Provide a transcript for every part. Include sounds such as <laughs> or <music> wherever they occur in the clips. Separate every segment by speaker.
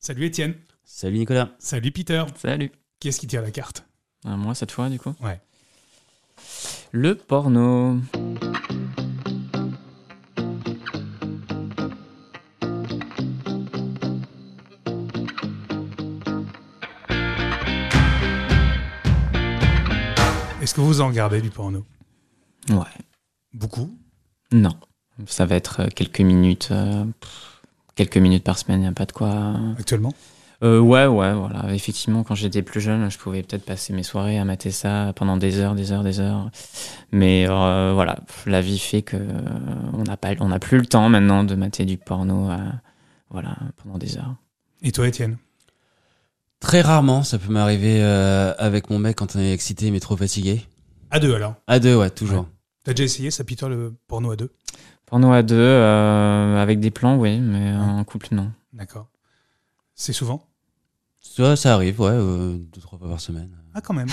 Speaker 1: Salut Étienne.
Speaker 2: Salut Nicolas.
Speaker 1: Salut Peter.
Speaker 3: Salut.
Speaker 1: Qui est-ce qui tire la carte
Speaker 3: Ah, moi cette fois, du coup
Speaker 1: Ouais.
Speaker 3: Le porno.
Speaker 1: Est-ce que vous en regardez du porno
Speaker 3: Ouais.
Speaker 1: Beaucoup.
Speaker 3: Non. Ça va être euh, quelques minutes. euh, pff, quelques minutes par semaine, il a pas de quoi.
Speaker 1: Actuellement
Speaker 3: Euh, ouais, ouais, voilà. Effectivement, quand j'étais plus jeune, je pouvais peut-être passer mes soirées à mater ça pendant des heures, des heures, des heures. Mais euh, voilà, pff, la vie fait que euh, on n'a pas, on n'a plus le temps maintenant de mater du porno, euh, voilà, pendant des heures.
Speaker 1: Et toi Étienne
Speaker 2: Très rarement, ça peut m'arriver euh, avec mon mec quand on est excité mais trop fatigué.
Speaker 1: À deux alors.
Speaker 2: À deux, ouais, toujours.
Speaker 1: T'as déjà essayé ça Peter le porno à deux
Speaker 3: Porno à deux, euh, avec des plans, oui, mais en couple, non.
Speaker 1: D'accord. C'est souvent
Speaker 2: Ça, ça arrive, ouais, euh, deux, trois fois par semaine.
Speaker 1: Ah quand
Speaker 3: <laughs>
Speaker 1: même.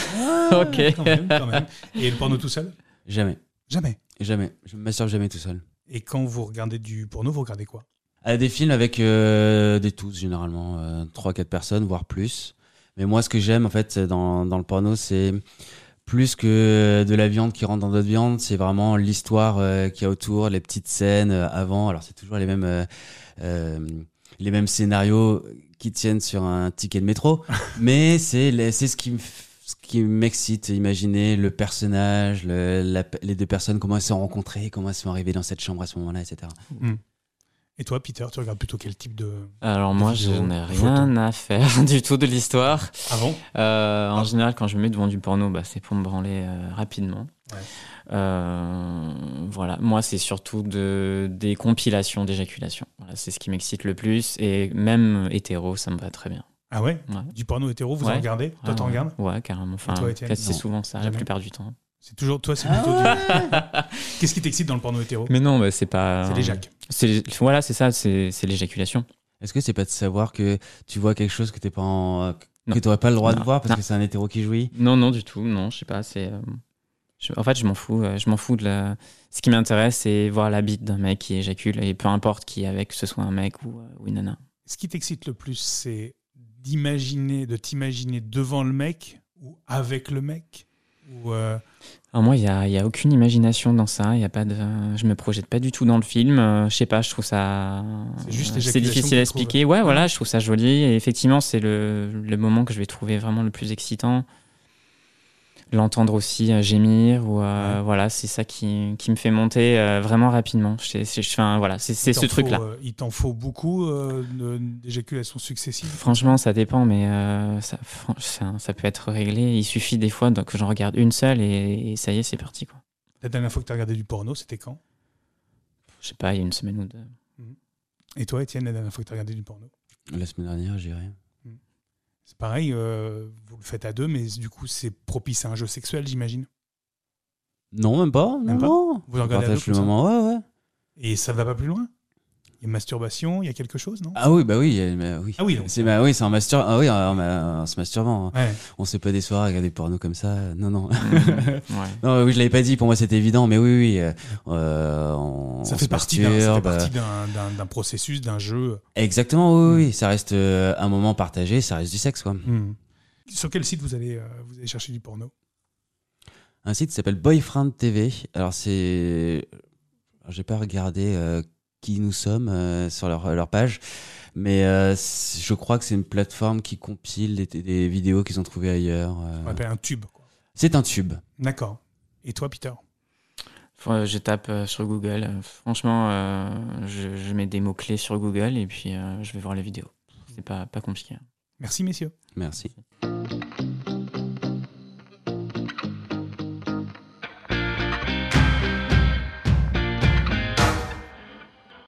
Speaker 3: Ok.
Speaker 1: Quand même, quand même. Et le porno tout seul
Speaker 2: Jamais,
Speaker 1: Jamais.
Speaker 2: jamais. Je me masturbe jamais tout seul.
Speaker 1: Et quand vous regardez du porno, vous regardez quoi
Speaker 2: À des films avec euh, des tous, généralement, euh, trois, quatre personnes, voire plus. Mais moi, ce que j'aime, en fait, dans, dans le porno, c'est plus que de la viande qui rentre dans d'autres viandes, c'est vraiment l'histoire euh, qu'il y a autour, les petites scènes euh, avant. Alors, c'est toujours les mêmes, euh, euh, les mêmes scénarios qui tiennent sur un ticket de métro. Mais c'est les- c'est ce qui me f- ce qui m'excite, imaginer le personnage, le- la pe- les deux personnes, comment elles se sont rencontrées, comment elles sont arrivées dans cette chambre à ce moment-là, etc.
Speaker 1: Et toi Peter, tu regardes plutôt quel type de...
Speaker 3: Alors moi, je
Speaker 1: vidéos,
Speaker 3: n'ai
Speaker 1: photos.
Speaker 3: rien à faire <laughs> du tout de l'histoire.
Speaker 1: Avant
Speaker 3: Euh,
Speaker 1: Ah.
Speaker 3: En général, quand je me mets devant du porno, bah, c'est pour me branler euh, rapidement.
Speaker 1: Ouais.
Speaker 3: Euh, voilà, moi c'est surtout de, des compilations d'éjaculation. Voilà, c'est ce qui m'excite le plus et même hétéro, ça me va très bien.
Speaker 1: Ah ouais
Speaker 3: Ouais.
Speaker 1: Du porno hétéro, vous en
Speaker 3: Ouais. Ah.
Speaker 1: regardez Toi
Speaker 3: Ouais,
Speaker 1: t'en
Speaker 3: ouais.
Speaker 1: regardes
Speaker 3: Ouais, carrément. Enfin,
Speaker 1: toi, Étienne
Speaker 3: c'est
Speaker 2: Non.
Speaker 3: souvent ça,
Speaker 1: Jamais.
Speaker 3: la plupart du temps.
Speaker 1: C'est toujours... Toi c'est plutôt du... <laughs> Qu'est-ce qui t'excite dans le porno hétéro
Speaker 3: Ah Mais non, bah, c'est pas.
Speaker 1: C'est les jacques.
Speaker 3: C'est- Voilà, c'est ça, c'est c'est l'éjaculation.
Speaker 2: Est-ce que c'est pas de savoir que tu vois quelque chose que t'es pas en...
Speaker 3: Non.
Speaker 2: que t'aurais pas le droit de
Speaker 3: Non.
Speaker 2: voir parce
Speaker 3: Non.
Speaker 2: que c'est un hétéro qui jouit
Speaker 3: Non, non, du tout. Non, je sais pas. C'est. euh, je- En fait, je m'en fous. euh, Je m'en fous de la. Ce qui m'intéresse, c'est voir la bite d'un mec qui éjacule et peu importe qui est avec, que ce soit un mec ou, euh, ou une nana.
Speaker 1: Ce qui t'excite le plus, c'est d'imaginer, de t'imaginer devant le mec ou avec le mec ou euh,
Speaker 3: Alors Ah, moi, il y a, il y a aucune imagination dans ça. Il y a pas de. Je me projette pas du tout dans le film. euh, Je sais pas. Je trouve ça.
Speaker 1: C'est juste
Speaker 3: euh,
Speaker 1: l'éjaculation que
Speaker 3: C'est
Speaker 1: tu
Speaker 3: difficile à
Speaker 1: trouves.
Speaker 3: expliquer. Ouais, voilà. Je trouve ça joli. Et effectivement, c'est le, le moment que je vais trouver vraiment le plus excitant. L'entendre aussi euh, gémir ou euh, voilà, c'est ça qui, qui me fait monter euh, vraiment rapidement. Je, je, je- enfin, voilà, c'est c'est
Speaker 1: il t'en
Speaker 3: ce truc-là.
Speaker 1: faut, euh, il t'en faut beaucoup euh, de- d'éjaculations successives.
Speaker 3: Franchement, ça dépend, mais euh, ça, fran- ça, ça peut être réglé. Il suffit des fois donc, que j'en regarde une seule et, et ça y est, c'est parti. Quoi.
Speaker 1: La dernière fois que tu as regardé du porno, c'était quand
Speaker 3: Je sais pas, il y a une semaine ou deux.
Speaker 1: Et toi, Étienne, la dernière fois que tu as regardé du porno
Speaker 2: La semaine dernière, j'irai.
Speaker 1: C'est pareil, euh, vous le faites à deux, mais du coup, c'est propice à un jeu sexuel, j'imagine.
Speaker 2: Non, même pas. Non,
Speaker 1: Même pas
Speaker 2: non.
Speaker 1: Vous en
Speaker 2: On
Speaker 1: regardez à deux
Speaker 2: partage
Speaker 1: comme
Speaker 2: le
Speaker 1: ça
Speaker 2: moment. Ouais, ouais.
Speaker 1: Et ça va pas plus loin Il y a masturbation, il y a quelque chose, non
Speaker 2: Ah oui, bah oui. euh, bah oui.
Speaker 1: Ah oui, donc.
Speaker 2: C'est bah oui, c'est en mastur. Ah oui, en, en- en se masturbant. hein.
Speaker 1: Ouais.
Speaker 2: On se fait pas des soirs à regarder porno comme ça. euh, Non, <laughs> non.
Speaker 3: Mhm. ouais.
Speaker 2: non, oui, je l'avais pas dit. Pour moi, c'était évident. Mais oui, oui. euh, euh, on,
Speaker 1: Ça
Speaker 2: on
Speaker 1: fait,
Speaker 2: se
Speaker 1: partie d'un, ça fait
Speaker 2: masturbe,
Speaker 1: partie d'un- d'un- d'un processus, d'un jeu.
Speaker 2: euh, Exactement. Oui,
Speaker 1: Mm.
Speaker 2: oui, oui. Ça reste euh, un moment partagé. Ça reste du sexe, quoi.
Speaker 1: Sur quel site vous allez, euh, vous allez chercher du porno
Speaker 2: un site qui s'appelle Boyfriend TV. Alors c'est, alors, j'ai pas regardé euh, qui nous sommes euh, sur leur, leur page, mais euh, c'est- je crois que c'est une plateforme qui compile des, des vidéos qu'ils ont trouvées ailleurs. euh.
Speaker 1: On appelle un tube. quoi.
Speaker 2: C'est un tube.
Speaker 1: D'accord. Et toi, Peter
Speaker 3: Faut- euh, je tape euh, sur Google. Euh, Franchement, euh, je, je mets des mots-clés sur Google et puis euh, je vais voir les vidéos. C'est pas, pas compliqué.
Speaker 1: Merci, messieurs.
Speaker 2: Merci.